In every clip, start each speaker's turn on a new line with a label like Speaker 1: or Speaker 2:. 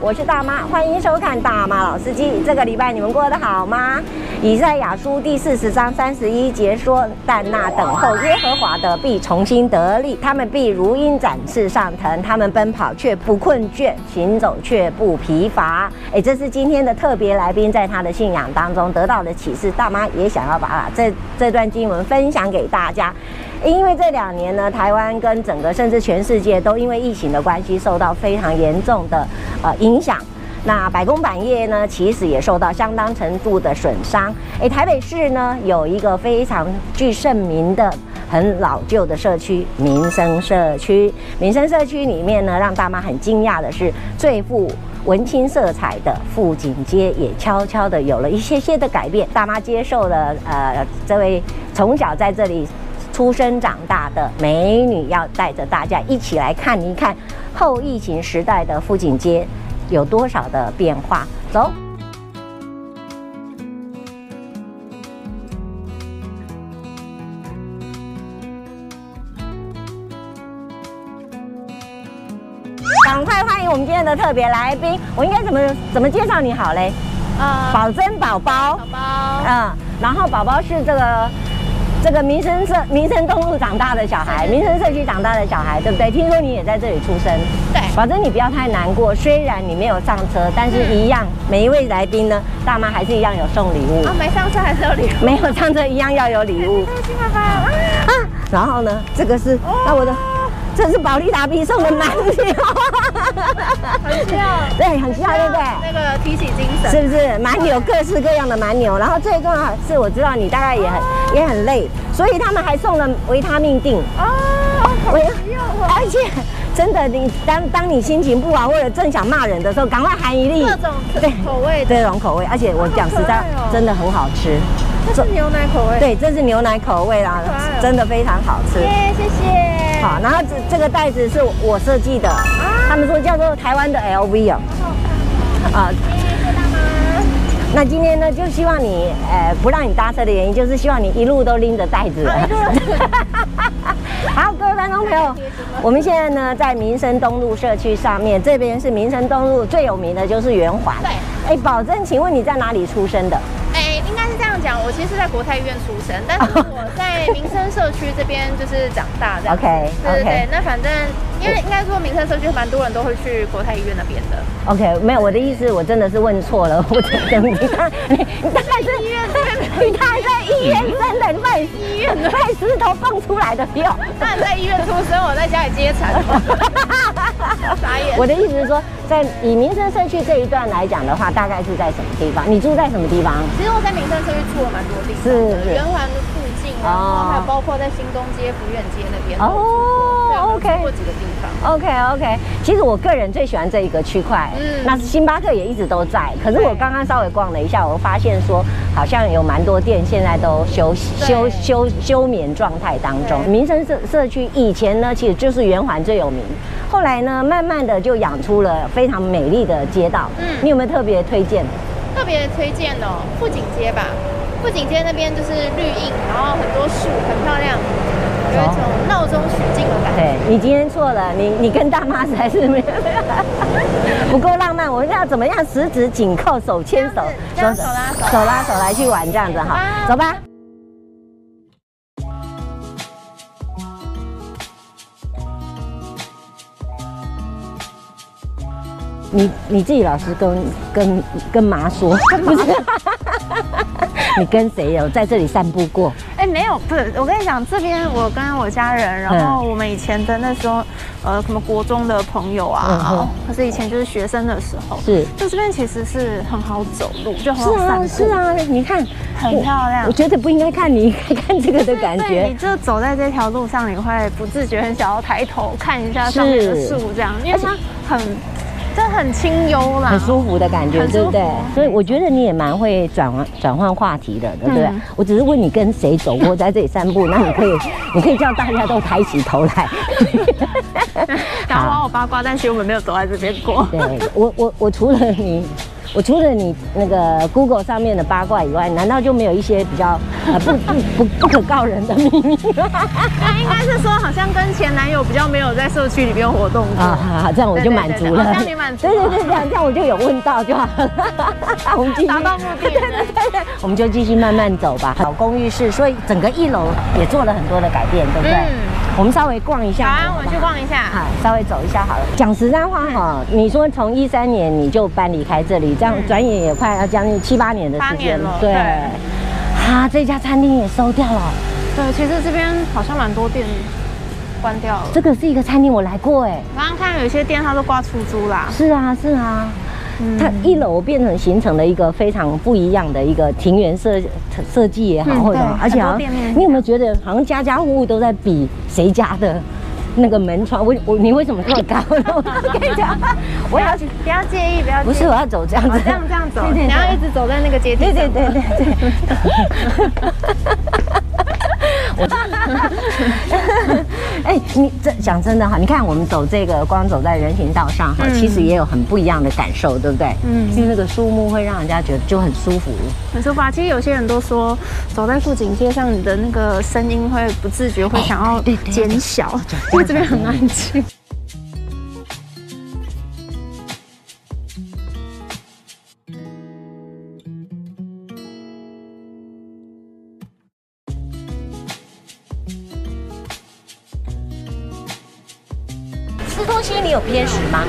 Speaker 1: 我是大妈，欢迎收看《大妈老司机》。这个礼拜你们过得好吗？以赛亚书第四十章三十一节说：“但那等候耶和华的必重新得力，他们必如鹰展翅上腾，他们奔跑却不困倦，行走却不疲乏。”哎，这是今天的特别来宾在他的信仰当中得到的启示。大妈也想要把这这段经文分享给大家。因为这两年呢，台湾跟整个甚至全世界都因为疫情的关系，受到非常严重的呃影响。那百工板业呢，其实也受到相当程度的损伤。诶，台北市呢有一个非常具盛名的、很老旧的社区——民生社区。民生社区里面呢，让大妈很惊讶的是，最富。文青色彩的富锦街也悄悄的有了一些些的改变。大妈接受了呃这位从小在这里出生长大的美女，要带着大家一起来看一看后疫情时代的富锦街有多少的变化。走。赶快欢迎我们今天的特别来宾，我应该怎么怎么介绍你好嘞？
Speaker 2: 呃，
Speaker 1: 宝珍宝宝
Speaker 2: 宝，宝，
Speaker 1: 嗯，然后宝宝是这个这个民生社民生东路长大的小孩，
Speaker 2: 是
Speaker 1: 民生社区长大的小孩，对不对？听说你也在这里出生，
Speaker 2: 对
Speaker 1: 宝珍你不要太难过，虽然你没有上车，但是一样，每一位来宾呢，大妈还是一样有送礼物
Speaker 2: 啊，，没上车还是有啊礼物，
Speaker 1: 没有上车一样要有礼物
Speaker 2: 开心爸爸啊，
Speaker 1: 啊。然后呢，这个是
Speaker 2: 哦
Speaker 1: 那我的，这是保利达 B 送的男票，
Speaker 2: 很需要，
Speaker 1: 对，很漂啊亮，对不
Speaker 2: 那
Speaker 1: 对？
Speaker 2: 个提起精神，
Speaker 1: 是不是蛮牛？各式各样的蛮牛，然后最重要是，我知道你大概也很、也很累，所以他们还送了维他命锭。
Speaker 2: 哦，好
Speaker 1: 维
Speaker 2: 实用哦，
Speaker 1: 而且真的，你当当你心情不好或者正想骂人的时候，赶快含一粒
Speaker 2: 各种
Speaker 1: 对
Speaker 2: 口味的，
Speaker 1: 这种口味，而且我讲实在
Speaker 2: 好可爱哦，
Speaker 1: 真的很好吃。
Speaker 2: 这是牛奶口味，
Speaker 1: 对，这是牛奶口味啦
Speaker 2: 好可爱哦，
Speaker 1: 真的非常好吃。
Speaker 2: 耶，谢谢，
Speaker 1: 好，然后这这个袋子是我设计的，他们说叫做台湾的 LV 哦，
Speaker 2: 好看，
Speaker 1: 啊，
Speaker 2: 耶，谢谢大妈，
Speaker 1: 那今天呢，就希望你，呃，不让你搭车的原因，就是希望你一路都拎着袋子。
Speaker 2: 啊一路
Speaker 1: 好，各位观众朋友，我们现在呢在民生东路社区上面，这边是民生东路最有名的就是圆环。
Speaker 2: 对
Speaker 1: 哎，宝珍，请问你在哪里出生的？
Speaker 2: 哎，应该是这样讲，我其实是在国泰医院出生，但是我在民生社区这边就是长大的
Speaker 1: OK，
Speaker 2: 对对
Speaker 1: OK
Speaker 2: 对，那反正因为应该说民生社区蛮多人都会去国泰医院那边的，
Speaker 1: OK，没有，我的意思，我真的是问错了， 我真的，你看，你你大概是医院，你大概在医院生的，你被医院被石头蹦出来的哟。
Speaker 2: 那你在医院出生，我在家里接 产，傻眼。
Speaker 1: 我的意思是说，在以民生社区这一段来讲的话，大概是在什么地方？你住在什么地方？
Speaker 2: 其实我在民生社区住了蛮多地方的，
Speaker 1: 是
Speaker 2: 圆环的附近，然
Speaker 3: 哦
Speaker 2: 后还有包括在新东街、福院街那边都有住过
Speaker 1: 哦
Speaker 2: 对我有住过
Speaker 1: ，OK
Speaker 2: 几个地方。
Speaker 1: OK OK，其实我个人最喜欢这一个区块，
Speaker 2: 嗯
Speaker 1: 那是星巴克也一直都在。可是我刚刚稍微逛了一下，我发现说好像有蛮多店现在都休息
Speaker 2: 对
Speaker 1: 休休休眠状态当中。
Speaker 2: 对
Speaker 1: 民生社社区以前呢，其实就是圆环最有名，后来呢，慢慢的就养出了非常美丽的街道。嗯
Speaker 2: 嗯，
Speaker 1: 你有没有特别推荐？
Speaker 2: 特别推荐哦，富锦街吧，富锦街那边就是绿荫，然后很多树，很漂亮，有一种闹中取静的感觉。
Speaker 1: 对你今天错了，你你跟大妈实在是没有 不够浪漫。我们要怎么样十指紧扣、手牵手、
Speaker 2: 这样子这样手拉手
Speaker 1: 手拉手来去玩这样子哈，
Speaker 2: 走吧
Speaker 1: 走吧。你你自己老是跟跟跟妈说，不是？ 你跟谁有在这里散步过？
Speaker 3: 哎、没有，不是，我跟你讲，这边我跟我家人，然后
Speaker 2: 嗯
Speaker 3: 我们以前的那时候，呃，什么国中的朋友
Speaker 1: 嗯哼
Speaker 3: 啊，或是以前就是学生的时候，
Speaker 1: 是
Speaker 3: 就这边其实是很好走路，就很好
Speaker 1: 是
Speaker 3: 哦散
Speaker 1: 啊，
Speaker 3: 步，
Speaker 1: 是啊，你看，
Speaker 3: 很
Speaker 1: 我
Speaker 3: 漂亮
Speaker 1: 我觉得不应该看你，应该看这个的感
Speaker 3: 对
Speaker 1: 觉
Speaker 3: 你。就走在这条路上，你会不自觉很想要抬头看一下上面的
Speaker 1: 是
Speaker 3: 树，这样，因为
Speaker 1: 而且
Speaker 3: 它很，这很清幽啦，
Speaker 1: 很舒服的感觉，
Speaker 3: 很舒
Speaker 1: 对不对
Speaker 3: 服？
Speaker 1: 所以我觉得你也蛮会转换转换话题的，对不对？
Speaker 3: 嗯
Speaker 1: 我只是问你跟谁走过，在这里散步，那你 可以你可以叫大家都抬起头来。
Speaker 3: 然后我八卦，但其实我们没有走在这边过。
Speaker 1: 对我我我除了你，我我除了你那个 Google 上面的八卦以外，难道就没有一些比较呃不不不不可告人的秘密吗？啊
Speaker 3: 那应该是说，好像跟前男友比较没有在社区里面活动过。
Speaker 1: 啊，好好，这样我就
Speaker 3: 对对对
Speaker 1: 满足
Speaker 3: 对
Speaker 1: 了。
Speaker 3: 好像你满足
Speaker 1: 对对
Speaker 3: 了
Speaker 1: 对，这样这样我就有问到就好了。我们继续
Speaker 3: 达到目
Speaker 1: 对
Speaker 3: 的
Speaker 1: 对对对，我们就继续慢慢走吧。好公寓式，所以整个一楼也做了很多的改变，对不对？
Speaker 3: 嗯
Speaker 1: 我们稍微逛一下
Speaker 3: 好
Speaker 1: 好了。
Speaker 3: 啊，我们去逛一下。
Speaker 1: 好，稍微走一下好了。讲实在话哈，你说从一三年你就搬离开这里，这样
Speaker 3: 嗯
Speaker 1: 转眼也快要将近七八年的时间
Speaker 3: 八年了
Speaker 1: 对
Speaker 3: 对。
Speaker 1: 啊，这家餐厅也收掉了。
Speaker 3: 对，其实这边好像蛮多店关掉了。
Speaker 1: 这个是一个餐厅，我来过哎。
Speaker 3: 我刚刚看有一些店它都挂出租啦。
Speaker 1: 是啊，是啊。
Speaker 3: 嗯
Speaker 1: 它一楼变成形成了一个非常不一样的一个庭园设设计也好，
Speaker 3: 嗯
Speaker 1: 或者
Speaker 3: 对
Speaker 1: 而且好像
Speaker 3: 很多店面
Speaker 1: 你有没有觉得好像家家户户都在比谁家的那个门窗？我我你为什么这么高呢？我跟你讲， 我要去
Speaker 3: 不要介意，不要介意。
Speaker 1: 不是我要走这样
Speaker 3: 哦
Speaker 1: 子，
Speaker 3: 这样这样走，
Speaker 1: 对对
Speaker 3: 你要
Speaker 1: 对
Speaker 3: 一直走在那个阶梯
Speaker 1: 对
Speaker 3: 上。
Speaker 1: 对对对对。我哎，你这讲真的哈，你看我们走这个，光走在人行道上哈，
Speaker 3: 嗯
Speaker 1: 其实也有很不一样的感受，对不对？嗯
Speaker 3: 嗯，
Speaker 1: 因为那个树木会让人家觉得就很舒服。
Speaker 3: 很舒服啊。其实有些人都说，走在富锦街上，你的那个声音会不自觉会想要
Speaker 1: 哦对对对
Speaker 3: 减小，因为这边很安静。
Speaker 1: 吃东西你有偏食吗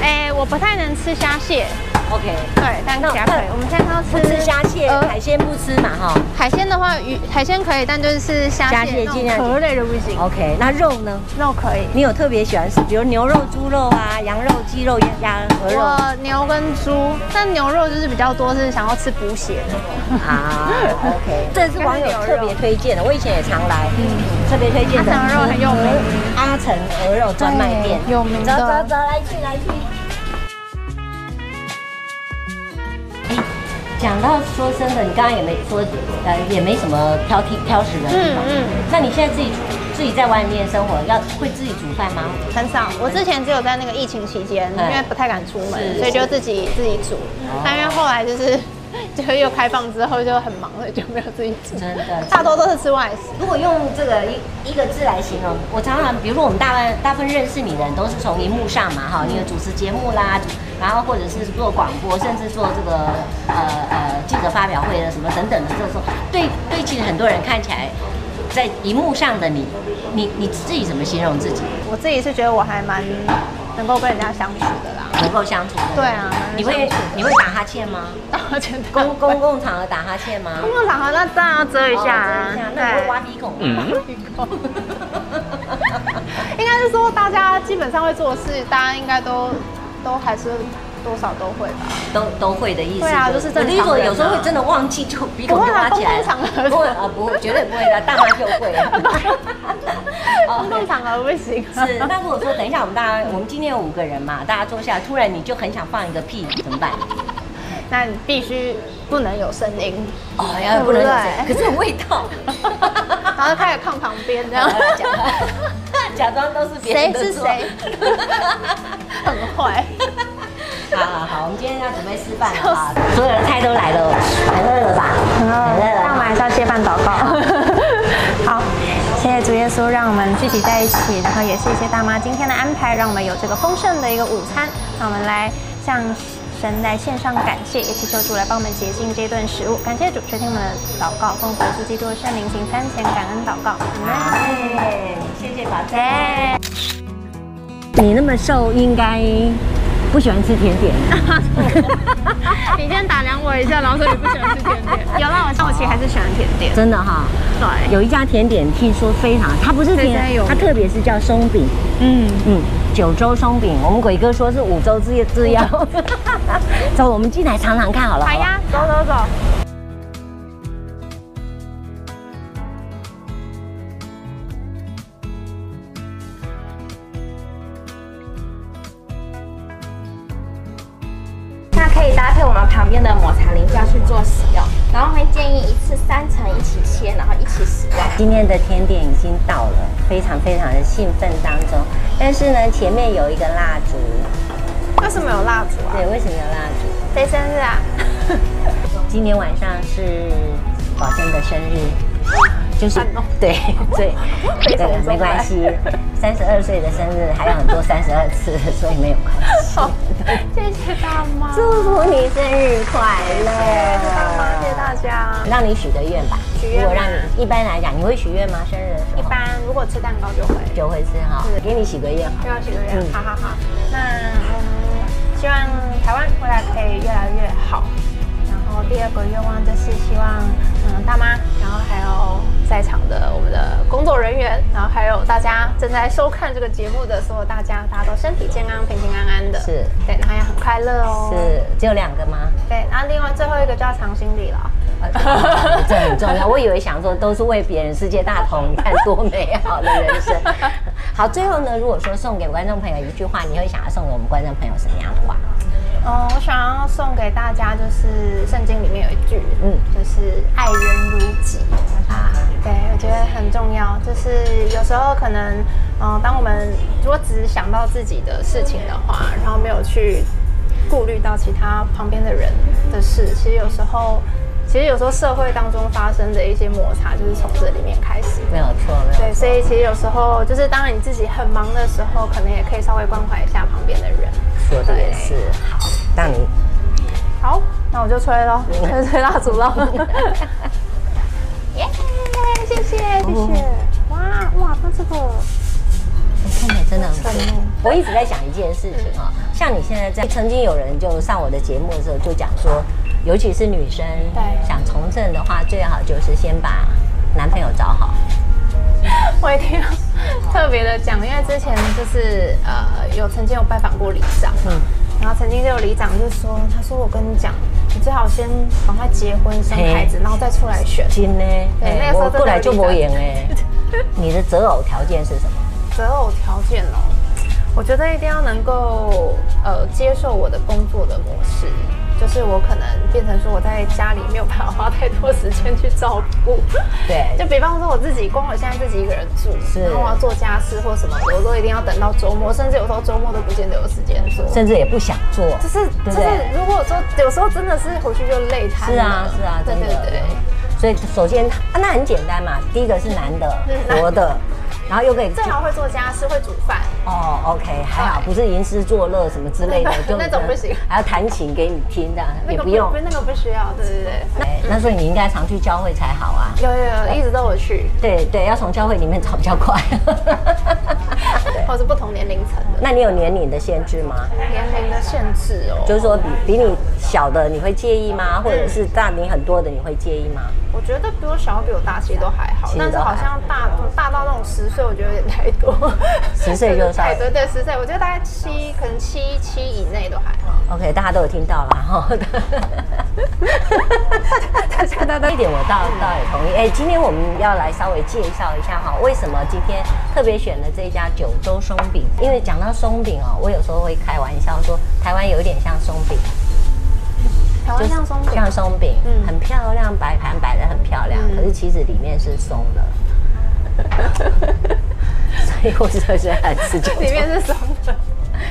Speaker 3: 哎，我不太能吃虾蟹，
Speaker 1: ？OK，
Speaker 3: 对，但
Speaker 1: 那
Speaker 3: 虾可以
Speaker 1: 那。
Speaker 3: 我们现在要
Speaker 1: 不吃虾蟹、
Speaker 3: 呃
Speaker 1: 海鲜不吃嘛哈。
Speaker 2: 海鲜的话，鱼海鲜可以，但就是
Speaker 1: 虾
Speaker 2: 虾
Speaker 1: 蟹
Speaker 2: 蟹那
Speaker 1: 尽
Speaker 2: 种
Speaker 1: 量
Speaker 3: 壳类的不行，
Speaker 1: OK，那肉呢？
Speaker 3: 肉可以。
Speaker 1: 你有特别喜欢吃，比如牛肉、猪肉啊、羊肉、鸡肉、鸭、鹅肉
Speaker 2: 我
Speaker 3: 牛跟猪，但牛肉就是比较多是想要吃补血的。
Speaker 1: 啊，OK，这是网友特别推荐的，我以前也常来，特别推荐的。
Speaker 3: 嗯阿成鹅肉很有名，
Speaker 1: 阿成鹅肉专卖店
Speaker 3: 对有名的
Speaker 1: 走走走，来去来去。哎讲到说真的，你刚刚也没说，呃，也没什么挑剔挑食的地方。
Speaker 2: 嗯嗯
Speaker 1: 那你现在自己自己在外面生活，要会自己煮饭吗？
Speaker 2: 很少，我之前只有在那个疫情期间，
Speaker 1: 哎
Speaker 2: 因为不太敢出
Speaker 1: 是哦
Speaker 2: 门，所以就自己自己煮。但因为后来就是就又开放之后就很忙了，就没有自己煮，
Speaker 1: 真的
Speaker 2: 大多都是吃外食。
Speaker 1: 如果用这个一一个字来形容，我常常，比如说我们大半大部分认识你的人都是从荧幕上嘛，哈，你有主持节目啦，主然后或者是做广播，甚至做这个呃呃记者发表会的什么等等的这种，对对，其实很多人看起来在荧幕上的你，你你自己怎么形容自己
Speaker 2: 我自己是觉得我还蛮能够跟人家相处的啦，
Speaker 1: 能够相处的？
Speaker 2: 对啊
Speaker 1: 你会你会打哈欠吗？
Speaker 2: 然后觉得
Speaker 1: 公公共场合打哈欠吗？
Speaker 3: 那老好，那当然要遮一下
Speaker 1: 哦
Speaker 3: 啊
Speaker 1: 这样。那你会挖
Speaker 3: 对，
Speaker 1: 鼻孔吗？
Speaker 2: 应该是说大家基本上会做的事，大家应该都都还是多少都会吧。
Speaker 1: 都都会的意思。
Speaker 2: 对啊就是正常人啊
Speaker 1: 我的意思有时候会真的忘记，就鼻孔
Speaker 2: 不
Speaker 1: 就
Speaker 2: 会啊啦
Speaker 1: 拉起来
Speaker 2: 公共场合
Speaker 1: 不会啊，不会，绝对不会的，大家 就会。
Speaker 3: 公
Speaker 1: 哦
Speaker 3: 共场合不行。
Speaker 1: 是，那如果说等一下我们大家，我们今天有五个人嘛，大家坐下，突然你就很想放一个屁，怎么办？
Speaker 2: 那你必须不能有声音，
Speaker 1: 哦，要不能有声音
Speaker 2: 对
Speaker 1: 可是有 味道。
Speaker 2: 然后开始看旁边这样
Speaker 1: 然，后假假装都是别人的
Speaker 2: 谁是
Speaker 1: 错
Speaker 2: 谁 很坏。
Speaker 1: 好好好，我们今天要准备吃饭了啊！所有的菜都来了，很饿了吧？
Speaker 2: 嗯
Speaker 1: 很饿了
Speaker 3: 那我
Speaker 1: 吧。
Speaker 3: 们还是要谢饭祷告。 好，谢谢主耶稣，让我们聚集在一起，然后也谢谢大妈今天的安排，让我们有这个丰盛的一个午餐。那我们来向神来献上感谢，也祈求主来帮我们洁净这顿食物。感谢主，垂听我们的祷告，奉主耶稣基督的圣灵，请餐前感恩祷告。阿门
Speaker 1: 哎，谢谢宝贝。
Speaker 3: 耶
Speaker 1: 你那么瘦，应该不喜欢吃甜 点。
Speaker 3: 你先打量我一下，然后说你不喜欢吃甜点。有啦，我我其实还是喜欢甜点。
Speaker 1: 真的哈、
Speaker 3: 对，
Speaker 1: 有一家甜点听说非常，它不是
Speaker 3: 非
Speaker 1: 甜
Speaker 3: 常有，名
Speaker 1: 它特别是叫松饼，
Speaker 3: 嗯，
Speaker 1: 嗯，九州松饼，我们鬼哥说是五洲之之 邀。走，我们进来尝尝看
Speaker 4: 啊
Speaker 1: 好了。
Speaker 3: 好
Speaker 1: 好不好
Speaker 3: 呀，走走走。
Speaker 4: 那可以搭配我们旁边的抹茶林酱去做使用，然后会建议一次三层一起切，然后一起使用。
Speaker 1: 今天的甜点已经到了，非常非常的兴奋当中。但是呢，前面有一个蜡烛，
Speaker 3: 为什么有蜡烛啊？
Speaker 1: 对，为什么有蜡烛？
Speaker 2: 谁生日啊？
Speaker 1: 今天晚上是宝珍的生日，就是 对对
Speaker 4: 非
Speaker 1: 对
Speaker 4: 常
Speaker 1: 的，
Speaker 4: 重
Speaker 1: 没关系，三十二岁的生日还有很多三十二次， 所以没有关系。
Speaker 3: 谢谢大妈，
Speaker 1: 祝福你生日快乐！
Speaker 3: 谢谢大妈，谢谢大家。
Speaker 1: 让你许个愿吧，
Speaker 3: 许愿
Speaker 1: 如果让
Speaker 3: 吗
Speaker 1: 你一般来讲，你会许愿吗？生日的时
Speaker 3: 一
Speaker 1: 候
Speaker 3: 般如果吃蛋糕就会，
Speaker 1: 就会是哈
Speaker 3: 是，呃
Speaker 1: 给你许个愿好
Speaker 3: 就
Speaker 1: 了。
Speaker 3: 要许个愿
Speaker 1: 嗯。
Speaker 3: 好好好，那嗯，希望台湾未来可以越来越好。然后第二个愿望就是希望，嗯，大妈，然后还有在场的我们的工作人员，然后还有大家正在收看这个节目的所有大家，大家都身体健康、平平安安的。
Speaker 1: 是
Speaker 3: 对，然后也很快乐哦。。
Speaker 1: 是只有两个吗？
Speaker 3: 对，然后另外最后一个就要藏心理了。
Speaker 1: 呃这很重要。我以为想说都是为别人世界大同，你看多美好的人生。 好，最后呢，如果说送给观众朋友一句话，你会想要送给我们观众朋友什么样的话？
Speaker 3: 嗯，我想要送给大家，就是圣经里面有一句，
Speaker 1: 嗯
Speaker 3: 嗯，就是爱人如己。
Speaker 1: 啊，
Speaker 3: 对，我觉得很重要。就是有时候可能，嗯、当我们如果只想到自己的事情的话，然后没有去顾虑到其他旁边的人的事，其实有时候，其实有时候社会当中发生的一些摩擦，就是从这里面开始。
Speaker 1: 没有错，没有错。
Speaker 3: 对，所以其实有时候就是，当然你自己很忙的时候，可能也可以稍微关怀一下旁边的人。
Speaker 1: 说的也是好，让你
Speaker 3: 好，那我就吹喽，吹 吹蜡烛喽。耶，谢谢谢谢，哇哇，那这个
Speaker 1: 看起来真的很酷。我一直在想一件事情哦，像你现在在，曾经有人就上我的节目的时候就讲说，尤其是女生，
Speaker 3: 对
Speaker 1: 想从政的话，最好就是先把男朋友找好。
Speaker 3: 我一定要特别的讲，因为之前就是呃有曾经有拜访过里长，
Speaker 1: 嗯
Speaker 3: 嗯，然后曾经就有里长就说，他说我跟你讲，你最好先赶快结婚生孩子，然后再出来选。
Speaker 1: 金呢？
Speaker 3: 对
Speaker 1: 哎
Speaker 3: 那个时候
Speaker 1: 我过来就
Speaker 3: 真的
Speaker 1: 没
Speaker 3: 有
Speaker 1: 赢哎。你的择偶条件是什么？
Speaker 3: 择偶条件哦，我觉得一定要能够呃接受我的工作的模式，就是我可能变成说我在家里没有办法花太多时间去照顾，
Speaker 1: 对
Speaker 3: 就比方说我自己，光我现在自己一个人住，
Speaker 1: 是
Speaker 3: 然后我要做家事或什么的，我都一定要等到周末，甚至有时候周末都不见得有时间做。
Speaker 1: 甚至也不想做。
Speaker 3: 就是
Speaker 1: 对不
Speaker 3: 就
Speaker 1: 对
Speaker 3: 是，如果说有时候真的是回去就累瘫
Speaker 1: 是
Speaker 3: 了，
Speaker 1: 啊，是啊，
Speaker 3: 对
Speaker 1: 真的。
Speaker 3: 对对，
Speaker 1: 所以首先，啊，那很简单嘛。第一个是男的，
Speaker 3: 嗯
Speaker 1: 活 的，然后又可以
Speaker 3: 最好会做家事，会煮饭，
Speaker 1: 哦，OK，还好，不是吟诗作乐什么之类的，
Speaker 3: 那那种不行
Speaker 1: 还要弹琴给你听的，
Speaker 3: 那
Speaker 1: 也
Speaker 3: 个
Speaker 1: 不用。
Speaker 3: 那个不需要，对对对。
Speaker 1: 哎那所以你应该常去教会才好啊。
Speaker 3: 有有有，一直都有去，
Speaker 1: 对对，要从教会里面找比较快。 对
Speaker 3: 或者是不同年龄层的
Speaker 1: 那你有年龄的限制吗？
Speaker 3: 年龄的限制哦。
Speaker 1: 就是说比比你小的你会介意吗？或者是大你很多的你会介意吗？
Speaker 3: 我觉得比我小比我大其实都还好
Speaker 1: 其，实
Speaker 3: 但
Speaker 1: 都
Speaker 3: 是
Speaker 1: 还好
Speaker 3: 好像大大到那种十岁，我觉得有点太多。
Speaker 1: 10岁就稍微
Speaker 3: 太对对，十岁，我觉得大概七，可能七七以内都还好。
Speaker 1: OK，大家都有听到了 哈。大家大家一点我倒倒也同意。哎，今天我们要来稍微介绍一下哈，为什么今天特别选了这一家九州松饼？因为讲到松饼哦，我有时候会开玩笑说，台湾有一点像松饼，
Speaker 3: 台湾像松饼，
Speaker 1: 像松饼，
Speaker 3: 嗯
Speaker 1: 很漂亮，摆盘摆的很漂亮，
Speaker 3: 嗯
Speaker 1: 可是其实里面是松的。 所以我就是很吃九州，
Speaker 3: 里面是松的。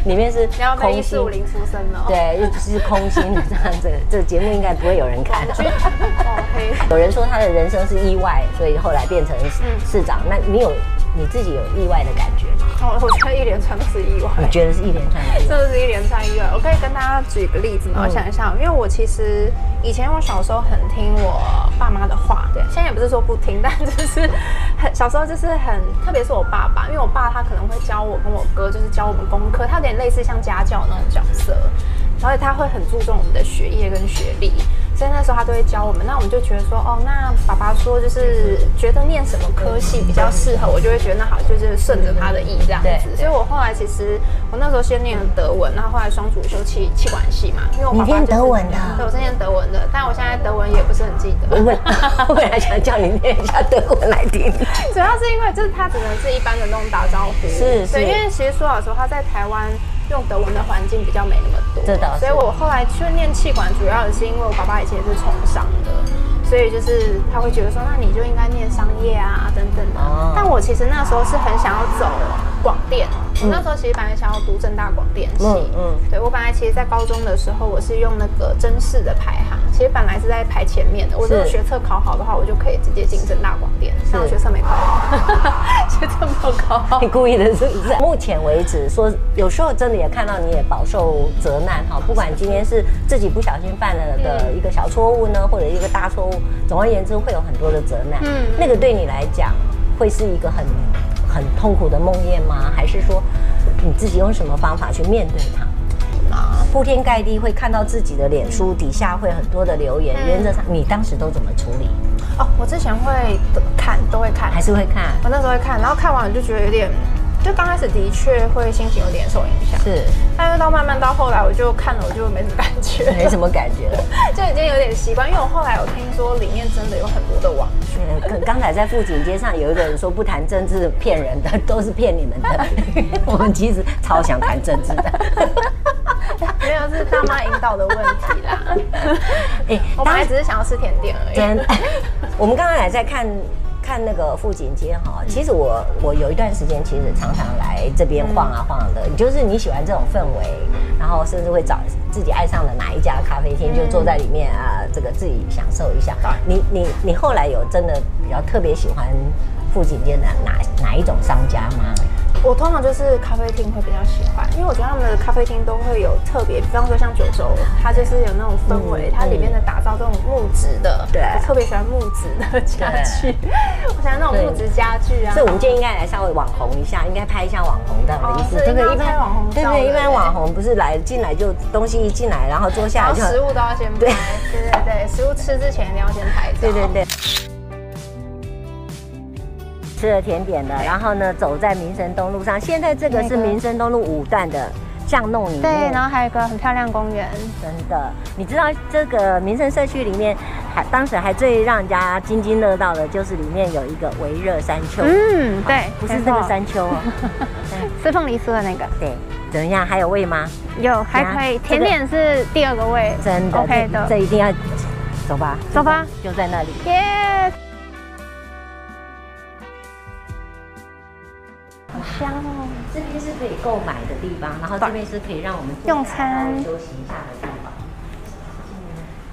Speaker 1: 里面是
Speaker 3: 你要被
Speaker 1: 空
Speaker 3: 一四
Speaker 1: 心
Speaker 3: 五零出生了，，
Speaker 1: 对，就是空心的这样子，这个节目应该不会有人看。
Speaker 3: 哦嘿，
Speaker 1: 有人说他的人生是意外，所以后来变成
Speaker 3: 嗯
Speaker 1: 市长。那你有你自己有意外的感觉吗？
Speaker 3: 哦我我觉得一连串都是意外。
Speaker 1: 你觉得是一连串的意
Speaker 3: 这
Speaker 1: 外？
Speaker 3: 是一连串意外。我可以跟大家举个例子吗？我想一下，因为我其实以前我小时候很听我爸妈的话，对，现在也不是说不听， 但就是很小时候就是很，特别是我爸爸，因为我爸他可能会教我跟我哥，就是教我们功课，他有点类似像家教那种角色，而且他会很注重我们的学业跟学历。所以那时候他都会教我们，那我们就觉得说，哦，那爸爸说就是觉得念什么科系比较适合，我就会觉得那好，就是顺着他的意这样
Speaker 1: 对
Speaker 3: 子。所以我后来其实我那时候先念了德文，然后后来双主修气气管系嘛，因为我爸爸、
Speaker 1: 你念德文的
Speaker 3: 对，我是念德文的，但我现在德文也不是很记得
Speaker 1: 我。本 我本来想叫你念一下德文来听。
Speaker 3: 主要是因为就是他只能是一般的那种打招呼，
Speaker 1: 是是
Speaker 3: 对，因为其实说老实话，在台湾用德文的环境比较没那么多，
Speaker 1: 这倒是
Speaker 3: 所以我后来去念气管，主要也是因为我爸爸以前也是从商的，所以就是他会觉得说，那你就应该念商业啊等等的。
Speaker 1: 哦
Speaker 3: 但我其实那时候是很想要走广电。我那时候其实本来想要读正大广电系，
Speaker 1: 嗯嗯
Speaker 3: 对我本来其实，在高中的时候，我是用那个真试的排行，其实本来是在排前面的。我如果
Speaker 1: 是
Speaker 3: 学测考好的话，我就可以直接进正大广电，但我学测没考好，学测没有考好
Speaker 1: 你。故意的是不是？目前为止说，有时候真的也看到你也饱受责难哈。不管今天是自己不小心犯了的
Speaker 3: 嗯
Speaker 1: 一个小错误呢，或者一个大错误，总而言之会有很多的责难。
Speaker 3: 嗯
Speaker 1: 那个对你来讲会是一个很很痛苦的梦魇吗？还是说你自己用什么方法去面对它？铺天盖地会看到自己的脸书底下会很多的留言，
Speaker 3: 嗯
Speaker 1: 原则上你当时都怎么处理？
Speaker 3: 哦，我之前会看，都会看
Speaker 1: 还，是会看？
Speaker 3: 我那时候会看，然后看完我就觉得有点，就刚开始的确会心情有点受影响，
Speaker 1: 是
Speaker 3: 但是到慢慢到后来，我就看了我就没什么感觉，
Speaker 1: 没什么感觉了。
Speaker 3: 就已经有点习惯，因为我后来有听说里面真的有很多的网剧，
Speaker 1: 呃刚刚才在富锦街上有一个人说不谈政治骗人的，都是骗你们的。我们其实超想谈政治的。
Speaker 3: 没有是大妈引导的问题啦。
Speaker 1: 哎
Speaker 3: 我本来只是想要吃甜点而已。
Speaker 1: 真， 我们刚刚来在看看那个富锦街哈，其实我我有一段时间其实常常来这边晃啊晃的，就是你喜欢这种氛围，然后甚至会找自己爱上了哪一家咖啡厅，就坐在里面啊，这个自己享受一下。你你你后来有真的比较特别喜欢富锦街的哪哪一种商家吗？
Speaker 3: 我通常就是咖啡厅会比较喜欢，因为我觉得他们的咖啡厅都会有特别，比方说像九州，它就是有那种氛围，
Speaker 1: 嗯
Speaker 3: 它里面的打造这种木质的，
Speaker 1: 对
Speaker 3: 我特别喜欢木质的家具，啊我喜欢那种木质家具啊。
Speaker 1: 所以我们今天应该来稍微网红一下，应该拍一下网红的
Speaker 3: 哦
Speaker 1: 意思，
Speaker 3: 是
Speaker 1: 对不对？
Speaker 3: 应该拍网红照
Speaker 1: 对不对？
Speaker 3: 对
Speaker 1: 一般网红不是来进来就东西一进来，然后坐下
Speaker 3: 然
Speaker 1: 来
Speaker 3: 后
Speaker 1: 就
Speaker 3: 食物都要先拍，
Speaker 1: 对
Speaker 3: 对对对，食物吃之前一定要先拍照。
Speaker 1: 对对对。吃了甜点的，然后呢，走在民生东路上。现在这个是
Speaker 5: 那个
Speaker 1: 民生东路五段的巷弄里面，
Speaker 5: 对，然后还有一个很漂亮公园，
Speaker 1: 真的，你知道这个民生社区里面，还当时还最让人家津津乐道的就是里面有一个维热山丘，
Speaker 5: 嗯，对，
Speaker 1: 不是
Speaker 5: 没
Speaker 1: 这个
Speaker 5: 错，
Speaker 1: 山丘
Speaker 3: 嗯
Speaker 1: 哦，
Speaker 5: 是凤梨酥的那个，
Speaker 1: 对，怎么样？还有位吗？
Speaker 5: 有还
Speaker 3: 啊
Speaker 5: 可以，
Speaker 1: 这
Speaker 5: 甜
Speaker 1: 个
Speaker 5: 点是第二个位，
Speaker 1: 真的
Speaker 5: OK
Speaker 1: 这
Speaker 5: 的
Speaker 1: 这一定要走吧，
Speaker 5: 走吧
Speaker 1: 就在，就在那里。
Speaker 5: 耶，好香哦。
Speaker 1: 这边是可以购买的地方，然后这边是可以让我们
Speaker 5: 用餐
Speaker 1: 坐下来然后休息一下的地方。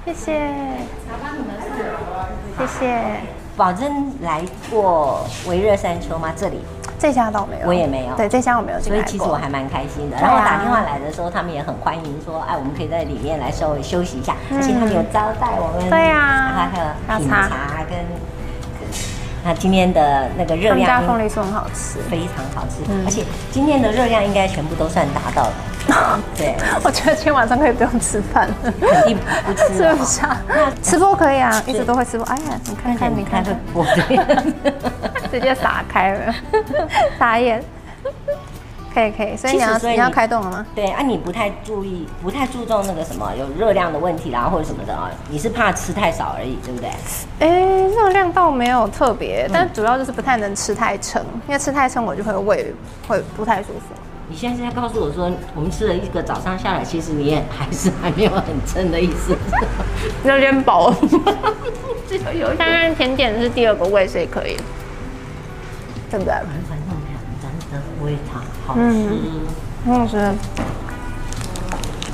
Speaker 5: 谢谢，谢谢。
Speaker 1: 保证来过维热山丘吗？这里，
Speaker 5: 这家倒没有，
Speaker 1: 我也没有
Speaker 5: 对，这家我没有进
Speaker 1: 所
Speaker 5: 来
Speaker 1: 以
Speaker 5: 过。
Speaker 1: 其实我还蛮开心的。
Speaker 5: 对啊
Speaker 1: 然后我打电话来的时候，他们也很欢迎，说哎，我们可以在里面来稍微休息一下，而且他们有招待我们，
Speaker 5: 嗯对啊
Speaker 1: 还有品
Speaker 5: 还有
Speaker 1: 茶跟。那今天的那个热
Speaker 5: 他们家
Speaker 1: 量
Speaker 5: 凤梨酥很好吃，
Speaker 1: 非常好吃，
Speaker 5: 嗯
Speaker 1: 而且今天的热量应该全部都算达到 了。对，
Speaker 5: 我觉得今天晚上可以不用吃饭了，
Speaker 1: 肯定不吃
Speaker 5: 吃
Speaker 1: 了
Speaker 5: 不下。吃播可以啊，一直都会吃播。哎呀，你看看，你
Speaker 1: 你看
Speaker 5: 看
Speaker 1: 会
Speaker 5: 看，
Speaker 1: 不对？
Speaker 5: 直接撒开 了，傻眼。可以可以，所以你要
Speaker 1: 其实所以
Speaker 5: 你
Speaker 1: 你
Speaker 5: 要开动了吗？
Speaker 1: 对啊，你不太注意，不太注重那个什么有热量的问题啦，或者什么的啊，你是怕吃太少而已，对不对？
Speaker 5: 哎，热量倒没有特别，但主要就是不太能吃太撑，因为吃太撑我就会胃会不太舒服。
Speaker 1: 你现在是在告诉我说，我们吃了一个早上下来，其实你也还是还没有很撑的意思。
Speaker 5: 有点饱。当然甜点是第二个位，所以可以，对不对？
Speaker 1: 反正真的非常好吃。
Speaker 5: 我觉得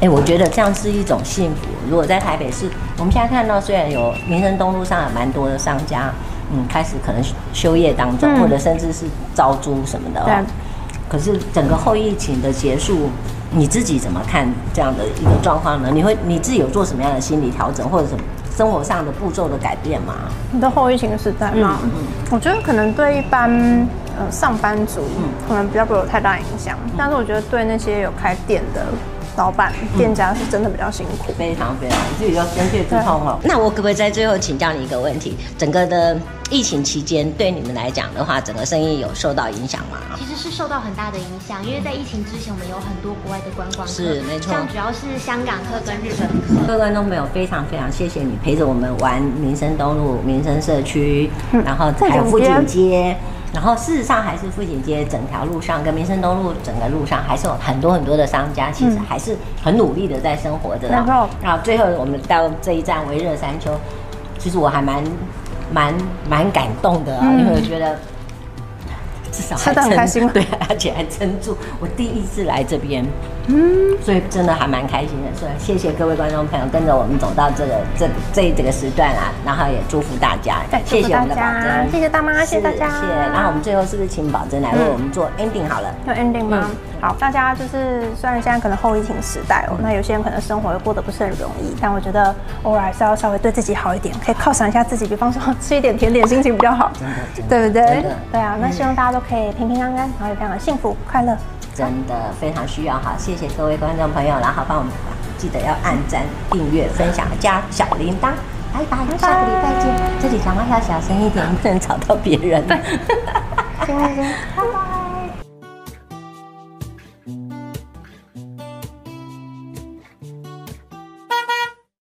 Speaker 1: 哎、我觉得这样是一种幸福。如果在台北市，我们现在看到虽然有民生东路上有蛮多的商家，嗯，开始可能休业当中，
Speaker 5: 嗯
Speaker 1: 或者甚至是招租什么的、
Speaker 5: 对啊
Speaker 1: 哦。可是整个后疫情的结束，你自己怎么看这样的一个状况呢？你会你自己有做什么样的心理调整，或者什么生活上的步骤的改变吗？
Speaker 5: 你的后疫情时代嘛，
Speaker 1: 嗯
Speaker 5: 我觉得可能对一般呃上班族
Speaker 1: 嗯
Speaker 5: 可能比较不会有太大影响，但是我觉得对那些有开店的老板、店家是真的比较辛苦。
Speaker 1: 非常非常，自己要深切自痛哦。
Speaker 5: 啊
Speaker 1: 那我可不可以在最后请教你一个问题？整个的疫情期间，对你们来讲的话，整个生意有受到影响吗？
Speaker 6: 其实是受到很大的影响，因为在疫情之前，我们有很多国外的观光客，
Speaker 1: 是没错
Speaker 6: 像主要是香港客跟日本客。
Speaker 1: 各位观众朋友，非常非常谢谢你陪着我们玩民生东路、民生社区，
Speaker 5: 嗯
Speaker 1: 然后还有
Speaker 5: 富
Speaker 1: 富
Speaker 5: 锦街
Speaker 1: 锦街。然后事实上，还是富锦街整条路上跟民生东路整个路上，还是有很多很多的商家，其实还是很努力的在生活着
Speaker 5: 嗯没错
Speaker 1: 啊。然后最后我们到这一站维热山丘，其实我还蛮蛮蛮感动的啊，因为我觉得至少
Speaker 5: 嗯吃
Speaker 1: 还
Speaker 5: 得很
Speaker 1: 撑
Speaker 5: 开心吗
Speaker 1: 对，而且还撑住。我第一次来这边，嗯，所以真的还蛮开心的。所以谢谢各位观众朋友跟着我们走到这个这这这个时段啊，然后也祝福大家
Speaker 5: 对，
Speaker 1: 谢
Speaker 5: 祝福
Speaker 1: 谢我
Speaker 5: 大
Speaker 1: 们的宝
Speaker 5: 家
Speaker 1: 珍，
Speaker 5: 谢谢大妈
Speaker 1: 是
Speaker 5: 谢谢大家
Speaker 1: 谢谢。然后我们最后是不是请宝珍来为我们做 ending 好了？
Speaker 5: 有 ending 吗？
Speaker 1: 嗯
Speaker 5: 好，大家就是虽然现在可能后疫情时代哦，那有些人可能生活过得不是很容易，但我觉得偶尔还是要稍微对自己好一点，可以犒赏一下自己，比方说吃一点甜点，心情比较好，
Speaker 1: 真的
Speaker 5: 对不对
Speaker 1: 真的？
Speaker 5: 对啊，那希望大家都可以平平安安，然后也非常的幸福快乐。
Speaker 1: 真的非常需要哈，谢谢各位观众朋友，然后帮我们记得要按赞、订阅、分享加小铃铛，拜拜，下个礼拜见。这里讲话要小声一点，不能吵到别人。
Speaker 5: 行行行，拜拜。